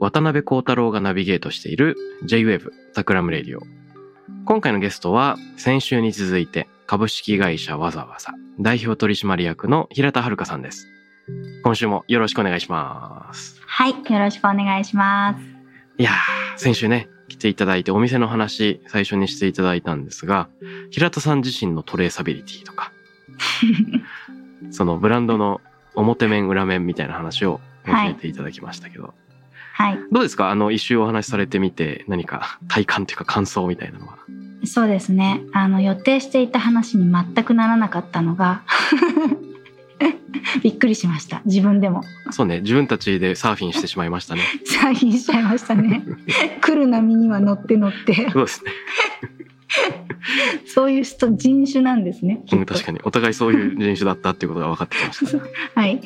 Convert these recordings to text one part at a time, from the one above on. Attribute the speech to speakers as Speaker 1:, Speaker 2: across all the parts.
Speaker 1: 渡辺幸太郎がナビゲートしている J-Wave タクラムレディオ。今回のゲストは先週に続いて株式会社わざわざ代表取締役の平田遥さんです。今週もよろしくお願いします。
Speaker 2: はい、よろしくお願いします。
Speaker 1: いやー、先週ね、来ていただいてお店の話最初にしていただいたんですが、平田さん自身のトレーサビリティと か、そのブランドの表面裏面みたいな話を教えていただきましたけど、
Speaker 2: はい、
Speaker 1: どうですかあの一周お話しされてみて何か体感というか感想みたいなのは。
Speaker 2: そうですね。あの予定していた話に全くならなかったのが びっくりしました。自分でも
Speaker 1: そうね自分たちでサーフィンしてしまいました ね。
Speaker 2: サーフィンしちゃいました ね。来る波には乗って乗って、
Speaker 1: そうですね。
Speaker 2: そういう人人種なんですね。き
Speaker 1: う
Speaker 2: っ
Speaker 1: ん
Speaker 2: と
Speaker 1: 確かにお互いそういう人種だったっていうことが分かってきました。
Speaker 2: はい、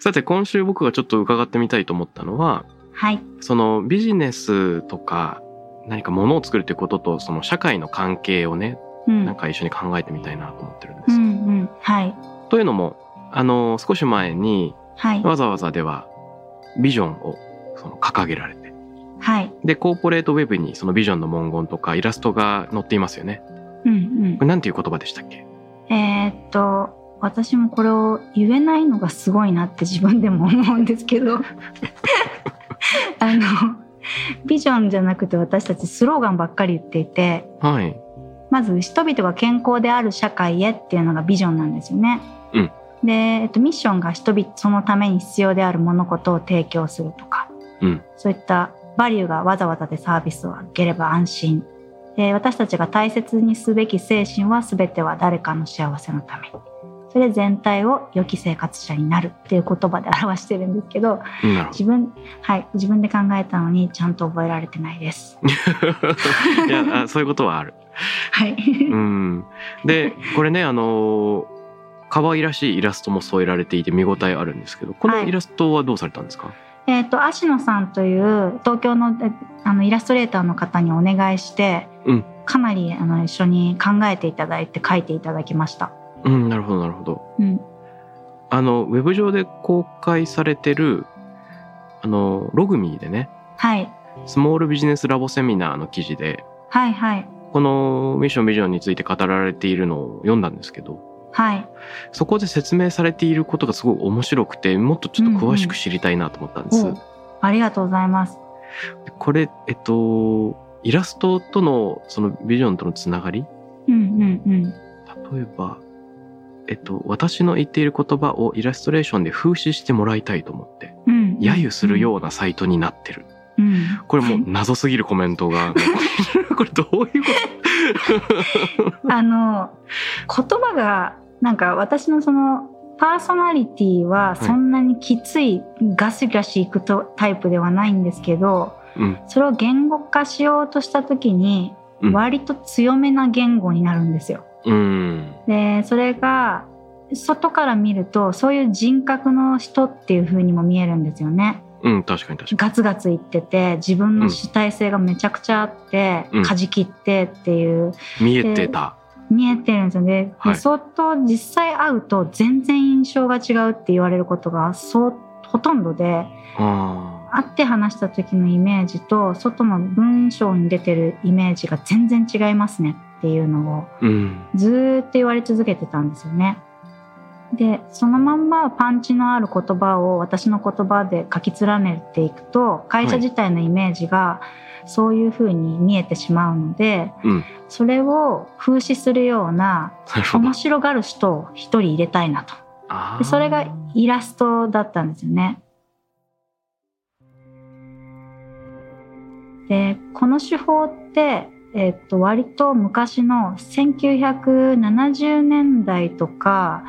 Speaker 1: さて今週僕がちょっと伺ってみたいと思ったのは
Speaker 2: はい、
Speaker 1: そのビジネスとか何か物を作るということとその社会の関係をね
Speaker 2: うん、
Speaker 1: なんか一緒に考えてみたいなと思ってるんで
Speaker 2: う
Speaker 1: すよ。
Speaker 2: ん、うん、はい、
Speaker 1: というのもあの少し前に
Speaker 2: はい、
Speaker 1: わざわざではビジョンをその掲げられて
Speaker 2: はい、
Speaker 1: で、コーポレートウェブにそのビジョンの文言とかイラストが載っていますよね。
Speaker 2: うん
Speaker 1: こ、れなんていう言葉でしたっけ
Speaker 2: うん。えーっと。私もこれを言えないのがすごいなって自分でも思うんですけどあのビジョンじゃなくて私たちスローガンばっかり言っていて
Speaker 1: はい。
Speaker 2: まず人々が健康である社会へっていうのがビジョンなんですよね。
Speaker 1: うん
Speaker 2: で、えっと、ミッションが人々そのために必要である物事を提供するとか、
Speaker 1: うん
Speaker 2: そういったバリューがわざわざでサービスを受ければ安心で私たちが大切にすべき精神は全ては誰かの幸せのためそれで全体を良き生活者になるっていう言葉で表してるんですけど
Speaker 1: うんなるほ
Speaker 2: 自分,、はい、自分で考えたのにちゃんと覚えられてない です。
Speaker 1: ど。いやあ、そういうことはある。
Speaker 2: はい、
Speaker 1: うん。で、これね、あのー、可愛らしいイラストも添えられていて見応えあるんですけど、この
Speaker 2: はい
Speaker 1: イラストはどうされたんですか、
Speaker 2: えっと芦野さんという東京のえあのイラストレーターの方にお願いして、
Speaker 1: うん
Speaker 2: かなりあの一緒に考えていただいて書いていただきました。
Speaker 1: うん、なるほど、なるほど。
Speaker 2: うん、
Speaker 1: あの、ウェブ上で公開されてる、あの、ログミーでね、
Speaker 2: はい
Speaker 1: スモールビジネスラボセミナーの記事で、
Speaker 2: はいはい
Speaker 1: このミッションビジョンについて語られているのを読んだんですけど、
Speaker 2: はい
Speaker 1: そこで説明されていることがすごい面白くてもっとちょっと詳しく知りたいなと思ったんです。
Speaker 2: うんうんありがとうございます。
Speaker 1: これえっとイラストとのそのビジョンとのつながり
Speaker 2: うんうんうん
Speaker 1: 例えば、えっと、私の言っている言葉をイラストレーションで風刺してもらいたいと思って
Speaker 2: うん。
Speaker 1: 揶揄するようなサイトになってる。
Speaker 2: うん。
Speaker 1: これもう謎すぎるコメントが これどういうこ
Speaker 2: うん。あの言葉がなんか私のそのパーソナリティはそんなにきつい、ガシガシいくとタイプではないんですけど、
Speaker 1: と、うん、
Speaker 2: それを言語化しようとした時に
Speaker 1: うん
Speaker 2: 割と強めな言語になるんですよ。
Speaker 1: うん
Speaker 2: でそれが外から見るとそういう人格の人っていう風にも見えるんですよね。
Speaker 1: うん確かに確か
Speaker 2: ガツガツ言ってて自分の主体性がめちゃくちゃあって、
Speaker 1: うん
Speaker 2: かじきってっていう
Speaker 1: に見えてた。
Speaker 2: 見えてるんですよね。で
Speaker 1: はい
Speaker 2: 相当実際会うと全然印象が違うって言われることがそうほとんどで。
Speaker 1: あ
Speaker 2: 会って話した時のイメージと外の文章に出てるイメージが全然違いますねっていうのを
Speaker 1: ーうん
Speaker 2: ずーっと言われ続けてたんですよね。でそのまんまパンチのある言葉を私の言葉で書き連ねていくと会社自体のイメージがそういうふうに見えてしまうので、
Speaker 1: うん
Speaker 2: それを風刺するような
Speaker 1: なるほど
Speaker 2: 面。白がる人を一人入れたいなと
Speaker 1: あ
Speaker 2: で
Speaker 1: ー
Speaker 2: それがイラストだったんですよね。でこの手法って、えっと割と昔の1970年代とか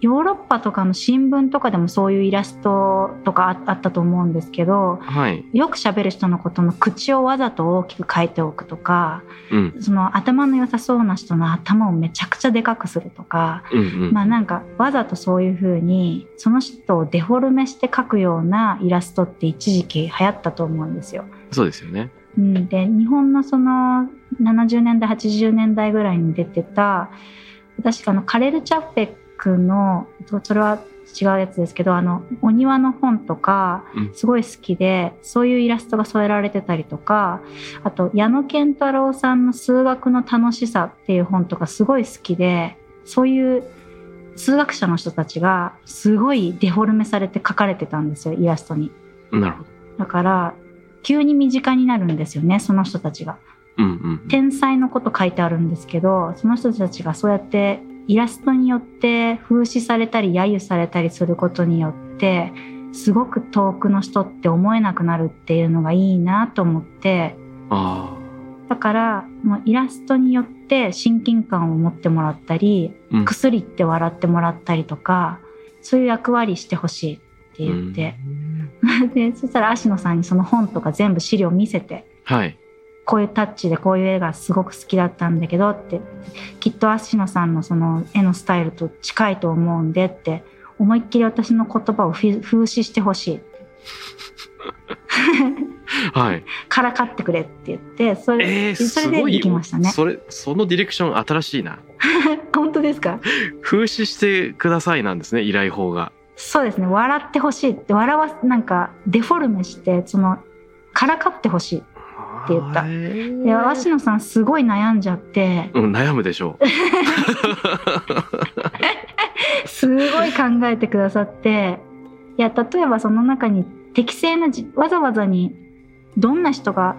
Speaker 2: ヨーロッパとかの新聞とかでもそういうイラストとかああったと思うんですけど
Speaker 1: はい。
Speaker 2: よく喋る人のことの口をわざと大きく書いておくとか
Speaker 1: うん。
Speaker 2: その頭の良さそうな人の頭をめちゃくちゃでかくするとか
Speaker 1: うんうん。
Speaker 2: まあなんかわざとそういう風にその人をデフォルメして描くようなイラストって一時期流行ったと思うんですよ。
Speaker 1: そうですよね。
Speaker 2: うん、で日本のその70年代80年代ぐらいに出てた確かあのカレル・チャッペックのとそれは違うやつですけどあのお庭の本とか
Speaker 1: うん
Speaker 2: すごい好きで、そういうイラストが添えられてたりとかあと矢野健太郎さんの「数学の楽しさ」っていう本とかすごい好きでそういう数学者の人たちがすごいデフォルメされて描かれてたんですよイラストに。
Speaker 1: なるほど。
Speaker 2: だから急に身近になるんですよねその人たちが。
Speaker 1: うんうんうん。
Speaker 2: 天才のこと書いてあるんですけどその人たちがそうやってイラストによって風刺されたり揶揄されたりすることによってすごく遠くの人って思えなくなるっていうのがいいなと思って
Speaker 1: あ
Speaker 2: だからもうイラストによって親近感を持ってもらったり
Speaker 1: あ。うん
Speaker 2: くすりって笑ってもらったりとかそういう役割してほしいって言って、。
Speaker 1: うん
Speaker 2: でそしたら芦野さんにその本とか全部資料見せて
Speaker 1: はい。
Speaker 2: こういうタッチでこういう絵がすごく好きだったんだけどってきっと芦野さんのその絵のスタイルと近いと思うんでって思いっきり私の言葉をふ風刺してほしい
Speaker 1: はい。
Speaker 2: からかってくれって言ってそれ,、
Speaker 1: えー、
Speaker 2: そ
Speaker 1: す
Speaker 2: れ
Speaker 1: ご
Speaker 2: で
Speaker 1: い。
Speaker 2: できましたね
Speaker 1: それ、そのディレクション新しいな。
Speaker 2: 本当ですか
Speaker 1: 風刺してくださいなんですね、依頼法が。
Speaker 2: そうですね笑ってほしいって笑わなんかデフォルメしてそのからかってほしいって言った
Speaker 1: あー
Speaker 2: で芦野さんすごい悩んじゃって
Speaker 1: うん、悩むでしょう。
Speaker 2: すごい考えてくださっていや例えばその中に適正なじわざわざにどんな人が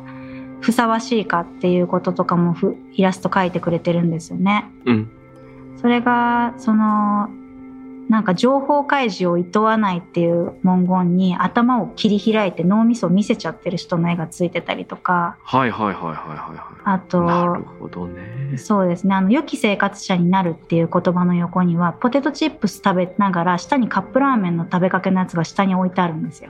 Speaker 2: ふさわしいかっていうこととかもふイラスト描いてくれてるんですよね。
Speaker 1: うん。
Speaker 2: それがそのなんか情報開示を厭わないっていう文言に頭を切り開いて脳みそを見せちゃってる人の絵がついてたりとか
Speaker 1: はいはいはいはいはい
Speaker 2: あと
Speaker 1: はい。なるほどね。
Speaker 2: そうですね。あの、良き生活者になるっていう言葉の横には、ポテトチップス食べながら、下にカップラーメンの食べかけのやつが下に置いてあるんですよ。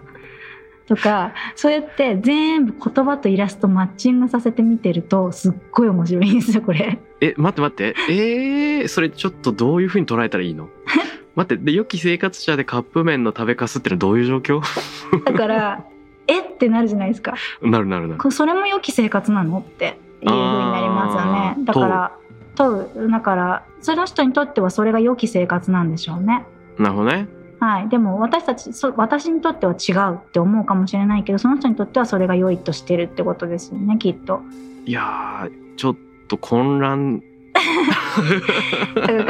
Speaker 2: とか、そうやって全部言葉とイラストマッチングさせてみてると、すっごい面白いんですよ、これ。
Speaker 1: え、待って待って。えー、それちょっとどういうふうに捉えたら いいの待って、で、良き生活者でカップ麺の食べかすってのはどういう状況
Speaker 2: だから、 えってなるじゃないですか。
Speaker 1: なるなるなる。
Speaker 2: こそれも良き生活なのっていう風になりますよ
Speaker 1: あー
Speaker 2: ね。だから、とだから、その人にとってはそれが良き生活なんでしょうね。
Speaker 1: なるほどね。
Speaker 2: はい、でも私たちそ私にとっては違うって思うかもしれないけどその人にとってはそれが良いとしてるってことですよねきっと。
Speaker 1: いやー、ちょっと混乱。
Speaker 2: だか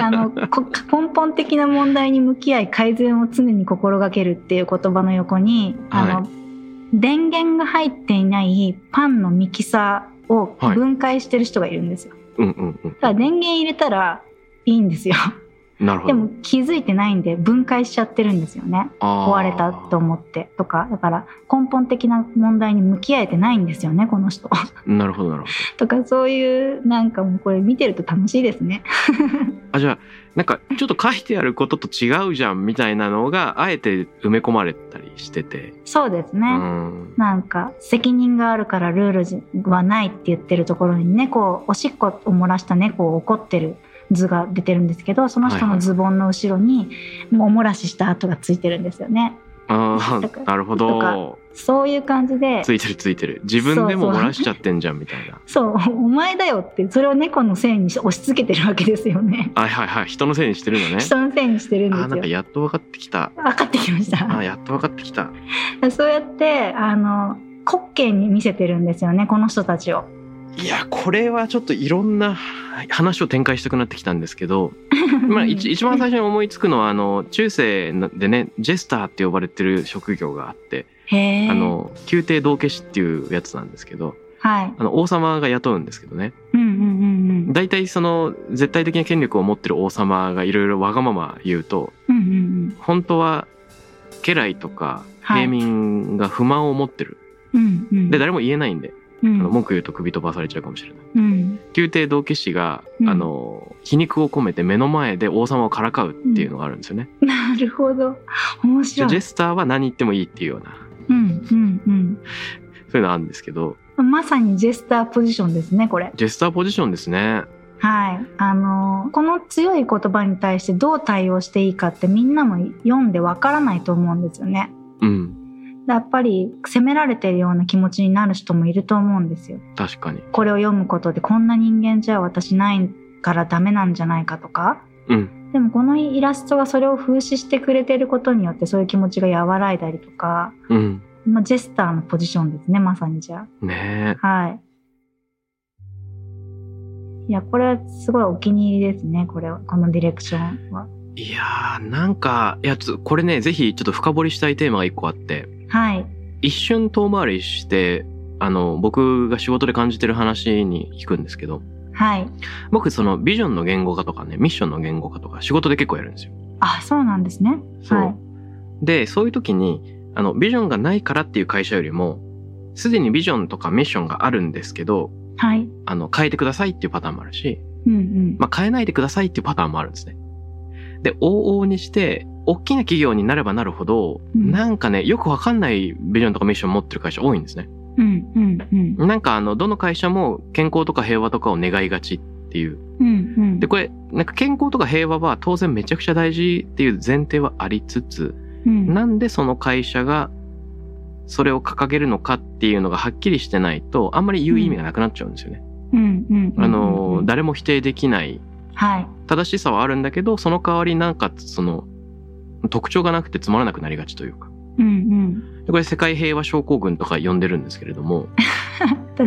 Speaker 2: ら あのこ根本的な問題に向き合い改善を常に心がけるっていう言葉の横に、あ
Speaker 1: は
Speaker 2: の電源が入っていないパンのミキサーを
Speaker 1: はい
Speaker 2: 分解してる人がいるんですよ。
Speaker 1: うんうんうん。
Speaker 2: だから電源入れたらいいんですよ。
Speaker 1: なるほ
Speaker 2: で
Speaker 1: ど。
Speaker 2: も気づいてないんで分解しちゃってるんですよね。壊
Speaker 1: 壊
Speaker 2: れたと思ってとかだから根本的な問題に向き合えてないんですよねこの人
Speaker 1: なるほどなるほど。
Speaker 2: とかそういうなんかもうこれ見てると楽しいですね
Speaker 1: あ、じゃあ、なんかちょっと書いてあることと違うじゃんみたいなのが、あえて埋め込まれたりしてて。
Speaker 2: そうです
Speaker 1: う
Speaker 2: ね、
Speaker 1: ん。
Speaker 2: なんか責任があるからルールはないって言ってるところに猫おしっこを漏らした猫を怒ってる図が出てるんですけどその
Speaker 1: は
Speaker 2: 人
Speaker 1: いは
Speaker 2: の
Speaker 1: い
Speaker 2: ズボンの後ろにもうお漏らしした跡がついてるんですよね
Speaker 1: あ
Speaker 2: とか
Speaker 1: ーなるほ
Speaker 2: と
Speaker 1: ど
Speaker 2: か。そういう感じで
Speaker 1: ついてるついてる。自分でも
Speaker 2: そうそ
Speaker 1: 漏
Speaker 2: う
Speaker 1: らしちゃってんじゃんみたいな。
Speaker 2: そうお前だよってそれを猫のせいに押し付けてるわけですよね
Speaker 1: はいはいはい。人のせいにしてるのね。
Speaker 2: 人のせいにしてるん
Speaker 1: あーなん
Speaker 2: で
Speaker 1: か
Speaker 2: すよ。
Speaker 1: やっと分かってきた。
Speaker 2: 分かってきまし
Speaker 1: あー
Speaker 2: た。
Speaker 1: やっと分かってきた。
Speaker 2: そうやってあの滑稽に見せてるんですよねこの人たちを。
Speaker 1: いや、これはちょっといろんな話を展開したくなってきたんですけ ど、まあ、一一番最初に思いつくのは、あの、中世でね、ジェスターって呼ばれてる職業があって、
Speaker 2: へー
Speaker 1: あの、宮廷道化師っていうやつなんですけど、
Speaker 2: はい
Speaker 1: あの、王様が雇うんですけどね、
Speaker 2: うんうんうんうん
Speaker 1: 大体その、絶対的な権力を持ってる王様がいろいろわがまま言うと、
Speaker 2: うんうんうん
Speaker 1: 本当は、家来とか、
Speaker 2: はい
Speaker 1: 平民が不満を持ってる。
Speaker 2: うんうん
Speaker 1: で、誰も言えないんで、
Speaker 2: うん
Speaker 1: あの文句言うと首飛ばされちゃうかもしれない。
Speaker 2: うん
Speaker 1: 宮廷道化師が、
Speaker 2: うん
Speaker 1: あの皮肉を込めて目の前で王様をからかうっていうのがあるんですよね。
Speaker 2: なるほど面
Speaker 1: で
Speaker 2: 白
Speaker 1: ジェ
Speaker 2: い
Speaker 1: スターは何言ってもいいっていうような
Speaker 2: うんうん
Speaker 1: そういうのあるんですけど
Speaker 2: うんまさにジェスターポジションですねこれ
Speaker 1: ジェスターポジションですね。
Speaker 2: はいあのこの強い言葉に対してどう対応していいかってみんなも読んでわからないと思うんですよね
Speaker 1: うん
Speaker 2: やっぱり責められてるような気持ちになる人もいると思うんですよ
Speaker 1: 確かに。
Speaker 2: これを読むことでこんな人間じゃ私ないからダメなんじゃないかとか
Speaker 1: うん
Speaker 2: でもこのイラストがそれを風刺してくれてることによってそういう気持ちが和らいだりとか、
Speaker 1: うん
Speaker 2: まあ、ジェスターのポジションですねまさにじゃ
Speaker 1: ね
Speaker 2: あはいいやこれはすごいお気に入りですねこれはこのディレクションは
Speaker 1: え。いやーなんかいやちょっとこれねぜひちょっと深掘りしたいテーマが一個あって
Speaker 2: はい
Speaker 1: 一瞬遠回りしてあの僕が仕事で感じてる話に行くんですけど
Speaker 2: はい
Speaker 1: 僕そのビジョンの言語化とかねミッションの言語化とか仕事で結構やるんですよ。
Speaker 2: あそうなんですね
Speaker 1: そう。
Speaker 2: はい
Speaker 1: で、そういう時に、あの、ビジョンがないからっていう会社よりも、すでにビジョンとかミッションがあるんですけど、
Speaker 2: はい
Speaker 1: あの、変えてくださいっていうパターンもあるし、
Speaker 2: うんうん、
Speaker 1: まあ、変えないでくださいっていうパターンもあるんですね。で、往々にして、大きな企業になればなるほど、
Speaker 2: うん
Speaker 1: なんかね、よくわかんないビジョンとかミッション持ってる会社多いんですね。
Speaker 2: うんうんうん
Speaker 1: なんかあの、どの会社も健康とか平和とかを願いがちっていう。
Speaker 2: うんうん
Speaker 1: で、これ、なんか健康とか平和は当然めちゃくちゃ大事っていう前提はありつつ、
Speaker 2: うん
Speaker 1: なんでその会社がそれを掲げるのかっていうのがはっきりしてないとあんまり言う意味がなくなっちゃうんですよね。
Speaker 2: うんうんうんうん
Speaker 1: あの誰も否定できない
Speaker 2: はい
Speaker 1: 正しさはあるんだけどその代わりなんかその特徴がなくてつまらなくなりがちというか
Speaker 2: うん
Speaker 1: これ世界平和症候群とか呼んでるんですけれども
Speaker 2: うん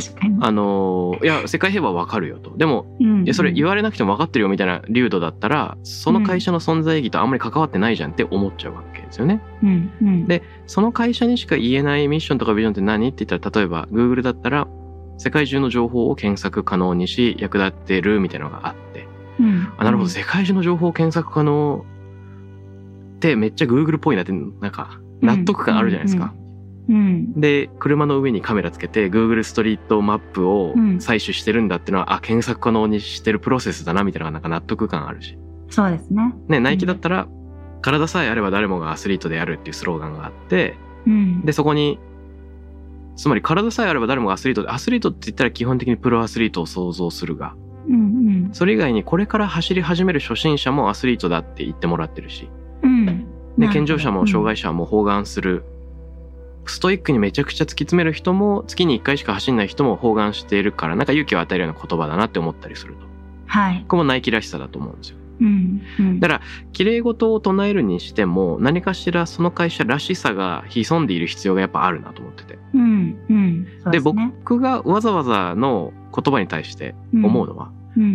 Speaker 2: 確かに
Speaker 1: あのいや世界平和わかるよとでも
Speaker 2: うんうん
Speaker 1: いやそれ言われなくてもわかってるよみたいな流度だったらその会社の存在意義とあんまり関わってないじゃんって思っちゃうわけですよね。
Speaker 2: うんうん
Speaker 1: でその会社にしか言えないミッションとかビジョンって何って言ったら、例えば Google だったら、世界中の情報を検索可能にし、役立ってるみたいなのがあって。
Speaker 2: うん
Speaker 1: あ、なるほど、
Speaker 2: う
Speaker 1: 世界中の情報を検索可能ってめっちゃ Google っぽいなって、なんか、
Speaker 2: うん
Speaker 1: 納得感あるじゃないですか。
Speaker 2: んうん
Speaker 1: で、車の上にカメラつけて Google ストリートマップを
Speaker 2: うん
Speaker 1: 採取してるんだってのは、あ、検索可能にしてるプロセスだなみたいなのがなんか納得感あるし。
Speaker 2: そうですね
Speaker 1: ね、ナイキだったら、体さえあれば誰もがアスリートであるっていうスローガンがあって、
Speaker 2: うん
Speaker 1: で、そこに、つまり体さえあれば誰もがアスリートで、アスリートって言ったら基本的にプロアスリートを想像するが、
Speaker 2: うん
Speaker 1: それ以外にこれから走り始める初心者もアスリートだって言ってもらってるし、
Speaker 2: うんう
Speaker 1: で、
Speaker 2: ん
Speaker 1: 健常者も障害者も包含する、ストイックにめちゃくちゃ突き詰める人も、月に1回しか走んない人も包含しているから、なんか勇気を与えるような言葉だなって思ったりすると。
Speaker 2: はい
Speaker 1: これもナイキらしさだと思うんですよ。
Speaker 2: うんうん
Speaker 1: だ綺麗事を唱えるにしても、何かしらその会社らしさが潜んでいる必要がやっぱあるなと思ってて。
Speaker 2: うんうんそう
Speaker 1: で
Speaker 2: ですね
Speaker 1: 僕がわざわざの言葉に対して思うのは、
Speaker 2: うん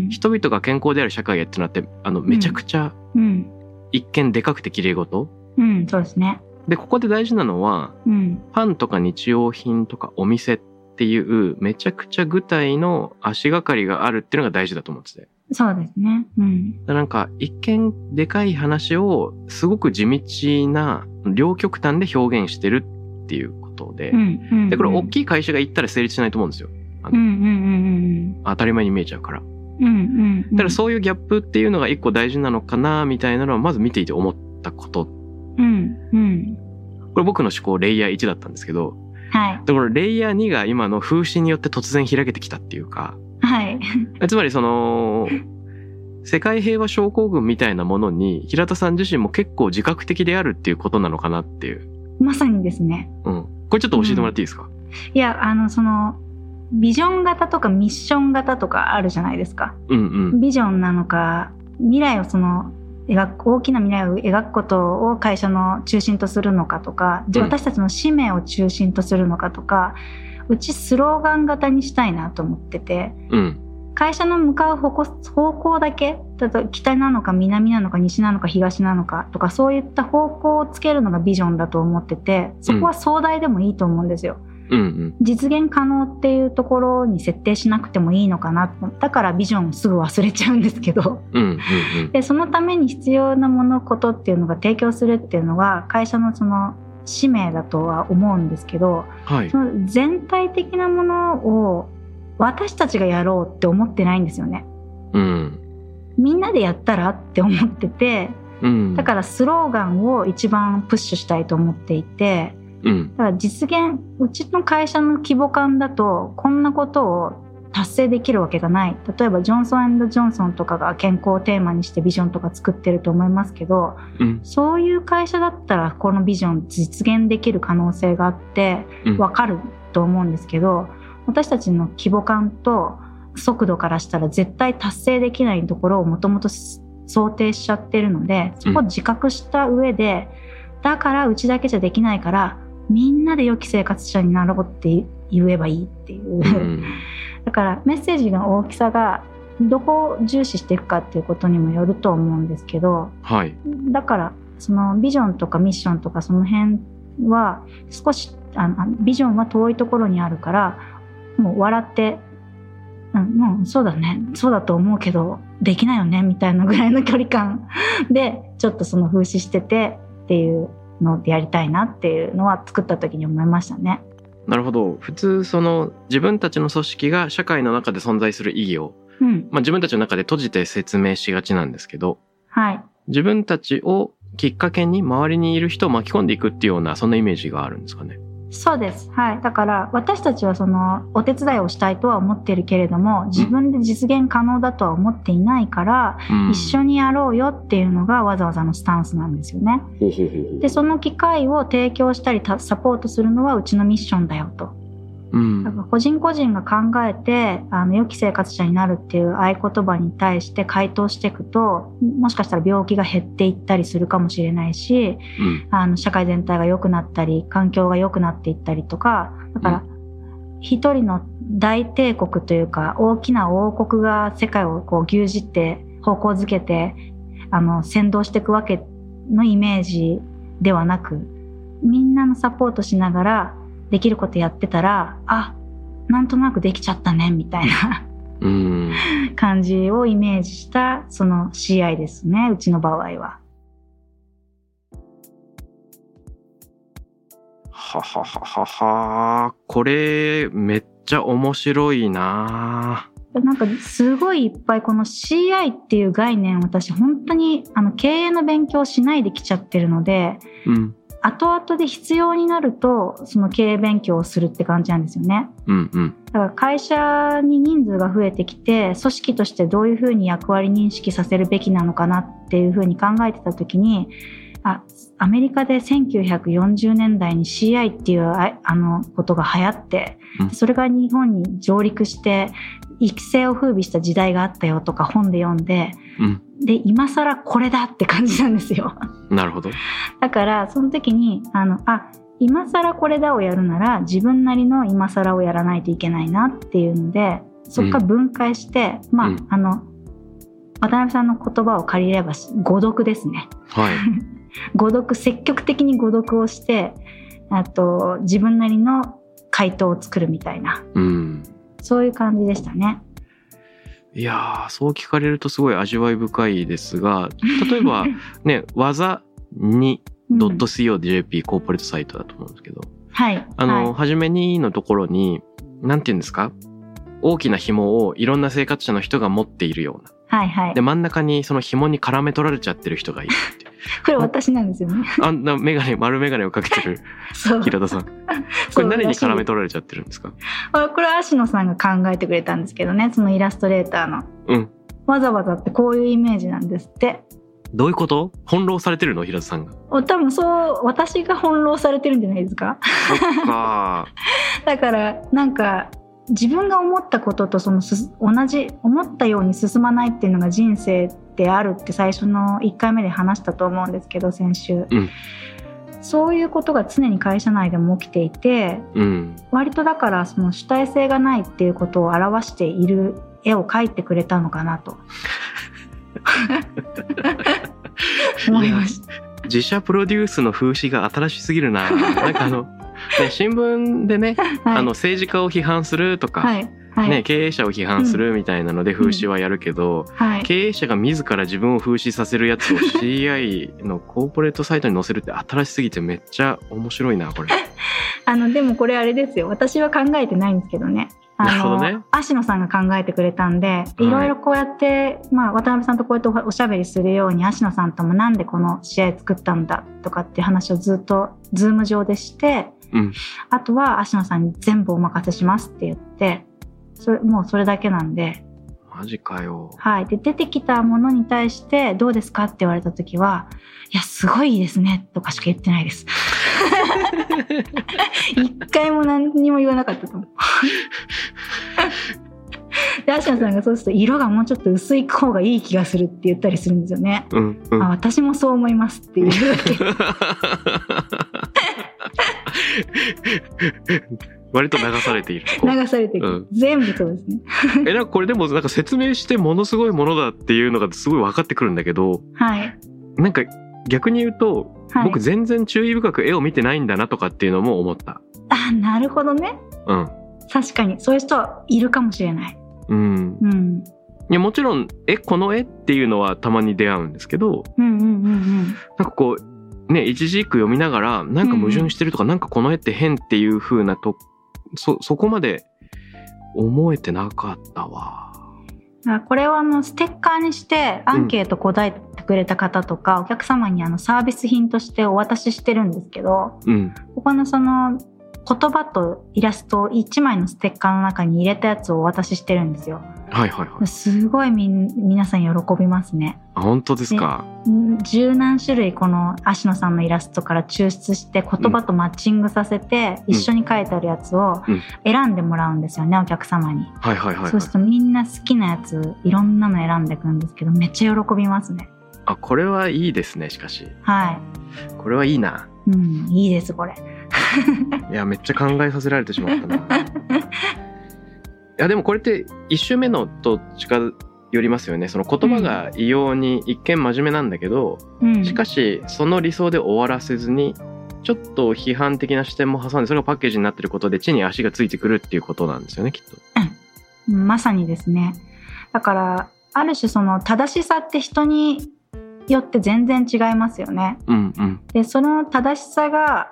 Speaker 1: 人々が健康である社会へってなってあのめちゃくちゃ
Speaker 2: うん
Speaker 1: 一見でかくて綺麗事
Speaker 2: うんそうですね
Speaker 1: でここで大事なのは
Speaker 2: うん
Speaker 1: パンとか日用品とかお店っていうめちゃくちゃ具体の足がかりがあるっていうのが大事だと思っててだか
Speaker 2: そうですねうん
Speaker 1: らなんか一見でかい話をすごく地道な両極端で表現してるっていうことで,、
Speaker 2: うんうん
Speaker 1: でこれ大
Speaker 2: い
Speaker 1: きい会社が行ったら成立しないと思うんですよ
Speaker 2: うんうん
Speaker 1: 当たり前に見えちゃうから。
Speaker 2: うんうんうんうん
Speaker 1: だからそういうギャップっていうのが一個大事なのかなみたいなのはまず見ていて思ったこと。こ
Speaker 2: うんうん
Speaker 1: れ僕の思考レイヤー1だったんですけど、
Speaker 2: はい
Speaker 1: でこれレイヤー2が今の風刺によって突然開けてきたっていうか、
Speaker 2: はい
Speaker 1: つまりその、世界平和症候群みたいなものに平田さん自身も結構自覚的であるっていうことなのかなっていう。
Speaker 2: まさにですね
Speaker 1: うん。これちょっと教えてもらっていいですか、
Speaker 2: いやあのそのビジョン型とかミッション型とかあるじゃないですか
Speaker 1: うん、うん
Speaker 2: ビジョンなのか未来をその描く大きな未来を描くことを会社の中心とするのかとか、じゃあ
Speaker 1: うん
Speaker 2: 私たちの使命を中心とするのかとかうちスローガン型にしたいなと思ってて
Speaker 1: うん。
Speaker 2: 会社の向かう方向方向だけだと北なのか南なのか西なのか東なのかとかそういった方向をつけるのがビジョンだと思っててそこは壮大でもいいと思うんですよ。
Speaker 1: うんうん。
Speaker 2: 実現可能っていうところに設定しなくてもいいのかなだからビジョンをすぐ忘れちゃうんですけど
Speaker 1: うんうんうん。
Speaker 2: でそのために必要なものことっていうのが提供するっていうのが会社のその使命だとは思うんですけど
Speaker 1: はい
Speaker 2: そ。の全体的なものを私たちがやろうって思ってないんですよね。
Speaker 1: うん。
Speaker 2: みんなでやったらって思ってて
Speaker 1: うん。
Speaker 2: だからスローガンを一番プッシュしたいと思っていて
Speaker 1: うん。
Speaker 2: だから実現うちの会社の規模感だとこんなことを達成できるわけがない例えばジョンソンジョンソンとかが健康をテーマにしてビジョンとか作ってると思いますけど
Speaker 1: うん。
Speaker 2: そういう会社だったらこのビジョン実現できる可能性があって
Speaker 1: うん
Speaker 2: わかると思うんですけど私たちの規模感と速度からしたら絶対達成できないところをもともと想定しちゃってるのでそこを自覚した上で、だからうちだけじゃできないからみんなで良き生活者になろうって言えばいいっていう、
Speaker 1: うん。
Speaker 2: だからメッセージの大きさがどこを重視していくかっていうことにもよると思うんですけど
Speaker 1: はい。
Speaker 2: だからそのビジョンとかミッションとかその辺は少しあのあのビジョンは遠いところにあるからもう笑って、うん、もうそうだねそうだと思うけどできないよねみたいなぐらいの距離感 でちょっとその風刺しててっていうのでやりたいなっていうのは作った時に思いましたね。
Speaker 1: なるほど。普通、その、自分たちの組織が社会の中で存在する意義を、
Speaker 2: うん、
Speaker 1: まあ自分たちの中で閉じて説明しがちなんですけど、
Speaker 2: はい
Speaker 1: 自分たちをきっかけに周りにいる人を巻き込んでいくっていうような、そんなイメージがあるんですかね。
Speaker 2: そうです、はい、だから私たちはそのお手伝いをしたいとは思ってるけれども自分で実現可能だとは思っていないから、
Speaker 1: うん
Speaker 2: 一緒にやろうよっていうのがわざわざのスタンスなんですよね。
Speaker 1: ほうほうほうほう
Speaker 2: でその機会を提供したりたサポートするのはうちのミッションだよと。
Speaker 1: うん
Speaker 2: だから個人個人が考えてあの良き生活者になるっていう合言葉に対して回答していくともしかしたら病気が減っていったりするかもしれないし
Speaker 1: うん
Speaker 2: あの社会全体が良くなったり環境が良くなっていったりとかだから一人の大帝国というか大きな王国が世界をこう牛耳って方向づけてあの先導していくわけのイメージではなくみんなのサポートしながらできることやってたらあなんとなくできちゃったねみたいな
Speaker 1: うん。
Speaker 2: 感じをイメージしたその試合ですねうちの場合は。
Speaker 1: はははははこれ、めっちゃ面白いなぁ
Speaker 2: なんかすごいいっぱいこの CI っていう概念私本当にあの経営の勉強しないで来ちゃってるので
Speaker 1: うん。
Speaker 2: 後々で必要になるとその経営勉強をするって感じなんですよね。
Speaker 1: うんうん。
Speaker 2: だから会社に人数が増えてきて組織としてどういうふうに役割認識させるべきなのかなっていうふうに考えてた時にあアメリカで1940年代に CI っていうああのことが流行って
Speaker 1: うん
Speaker 2: それが日本に上陸して育成を風靡した時代があったよとか本で読んで
Speaker 1: うん。
Speaker 2: で今更これだって感じなんですよ。
Speaker 1: なるほど。
Speaker 2: だからその時にあのあ今更これだをやるなら自分なりの今更をやらないといけないなっていうのでそこから分解して、まあ、
Speaker 1: うん
Speaker 2: あの渡辺さんの言葉を借りればし誤読ですね
Speaker 1: はい。
Speaker 2: 誤読積極的に誤読をしてあと自分なりの回答を作るみたいな
Speaker 1: うん。
Speaker 2: そういう感じでしたね。
Speaker 1: いやー、そう聞かれるとすごい味わい深いです が、例えばね、技に
Speaker 2: うん
Speaker 1: .co.jp コーポレートサイトだと思うんですけど、
Speaker 2: はい
Speaker 1: あの、
Speaker 2: はい
Speaker 1: 初めにのところに、なんて言うんですか大きな紐をいろんな生活者の人が持っているような。
Speaker 2: はいはい
Speaker 1: で、真ん中にその紐に絡め取られちゃってる人がいるって いう。
Speaker 2: これ私なんですよね。
Speaker 1: あんなメガネ、丸メガネをかけてる
Speaker 2: そう
Speaker 1: 平田さん。これ何に絡め取られちゃってるんですか
Speaker 2: あこれは芦野さんが考えてくれたんですけどねそのイラストレーターの
Speaker 1: うん。
Speaker 2: わざわざってこういうイメージなんですって
Speaker 1: どういうこと翻弄されてるの平田さん が。
Speaker 2: お多分そう私が翻弄されてるんじゃないですか
Speaker 1: そっか
Speaker 2: だからなんか自分が思ったこととそのす同じ思ったように進まないっていうのが人生であるって最初の1回目で話したと思うんですけど先週、
Speaker 1: うん
Speaker 2: そういうことが常に会社内でも起きていて
Speaker 1: うん。
Speaker 2: 割とだからその主体性がないっていうことを表している絵を描いてくれたのかな と思いました。
Speaker 1: 自社プロデュースの風刺が新しすぎる な。なんかあの、ね、新聞でね、
Speaker 2: はい
Speaker 1: あの政治家を批判するとか、
Speaker 2: はいはい、
Speaker 1: ね、経営者を批判するみたいなので風刺はやるけど、
Speaker 2: はい、
Speaker 1: 経営者が自ら自分を風刺させるやつを CI のコーポレートサイトに載せるって新しすぎてめっちゃ面白いな これ。
Speaker 2: あのでもこれあれですよ私は考えてないんですけどね。
Speaker 1: なるほ
Speaker 2: あ
Speaker 1: ど
Speaker 2: の
Speaker 1: ね
Speaker 2: 芦野さんが考えてくれたんで
Speaker 1: い
Speaker 2: いろいろこうやって、まあ、渡辺さんとこうやっておおしゃべりするように芦野さんともなんでこの試合作ったんだとかっていう話をずっとズーム上でして、
Speaker 1: うん
Speaker 2: あとは芦野さんに全部お任せしますって言ってそれもうそれだけなんで,、
Speaker 1: マジかよ。
Speaker 2: はい、で出てきたものに対してどうですかって言われた時はいやすごいですねとかしか言ってないです。 一回も何にも言わなかったと思う。で、アシナさんがそうすると、色がもうちょっと薄い方がいい気がするって言ったりするんですよね。
Speaker 1: うんうん
Speaker 2: あ、私もそう思いますっ ていうだけ。
Speaker 1: 割と流されている。こう
Speaker 2: 流されていく。
Speaker 1: うん
Speaker 2: 全部そうですね。
Speaker 1: えなんかこれでもなんか説明してものすごいものだっていうのがすごい分かってくるんだけど
Speaker 2: はい。
Speaker 1: なんか逆に言うと、
Speaker 2: はい。
Speaker 1: 僕全然注意深く絵を見てないんだなとかっていうのも思った。
Speaker 2: あ、なるほどね。
Speaker 1: うん
Speaker 2: 確かに。そういう人いるかもしれない。
Speaker 1: うん、
Speaker 2: うん。
Speaker 1: いやもちろん「えこの絵?」っていうのはたまに出会うんですけど
Speaker 2: うんうんうんうん。
Speaker 1: なんかこうね一字一句読みながらなんか矛盾してるとか、なんかこの絵って変っていう風なとそそこまで思えてなかったわ。
Speaker 2: あこれはあのステッカーにしてアンケート答えてくれた方とか、お客様にあのサービス品としてお渡ししてるんですけど
Speaker 1: うん、
Speaker 2: ここのその言葉とイラストを1枚のステッカーの中に入れたやつをお渡ししてるんですよ
Speaker 1: はいはいはい。
Speaker 2: すごいみん皆さん喜びますね
Speaker 1: あ本当ですか。
Speaker 2: うん十何種類この芦野さんのイラストから抽出して言葉とマッチングさせて
Speaker 1: うん
Speaker 2: 一緒に書いてあるやつを
Speaker 1: うん
Speaker 2: 選んでもらうんですよねお客様に
Speaker 1: はいはいはい、は
Speaker 2: そう
Speaker 1: い
Speaker 2: す。るとみんな好きなやついろんなの選んでいくんですけどめっちゃ喜びますね
Speaker 1: あこれはいいですねしかし
Speaker 2: は
Speaker 1: これはいいな。
Speaker 2: い、うん、いいですこれ
Speaker 1: いやめっちゃ考えさせられてしま ったな。いやでもこれって一周目のと近寄りますよね。その言葉が異様に一見真面目なんだけど、
Speaker 2: うん
Speaker 1: しかしその理想で終わらせずにちょっと批判的な視点も挟んでそれがパッケージになってることで地に足がついてくるっていうことなんですよねきっと。
Speaker 2: まさにですねだからある種その正しさって人によって全然違いますよね
Speaker 1: うんうん。
Speaker 2: でその正しさが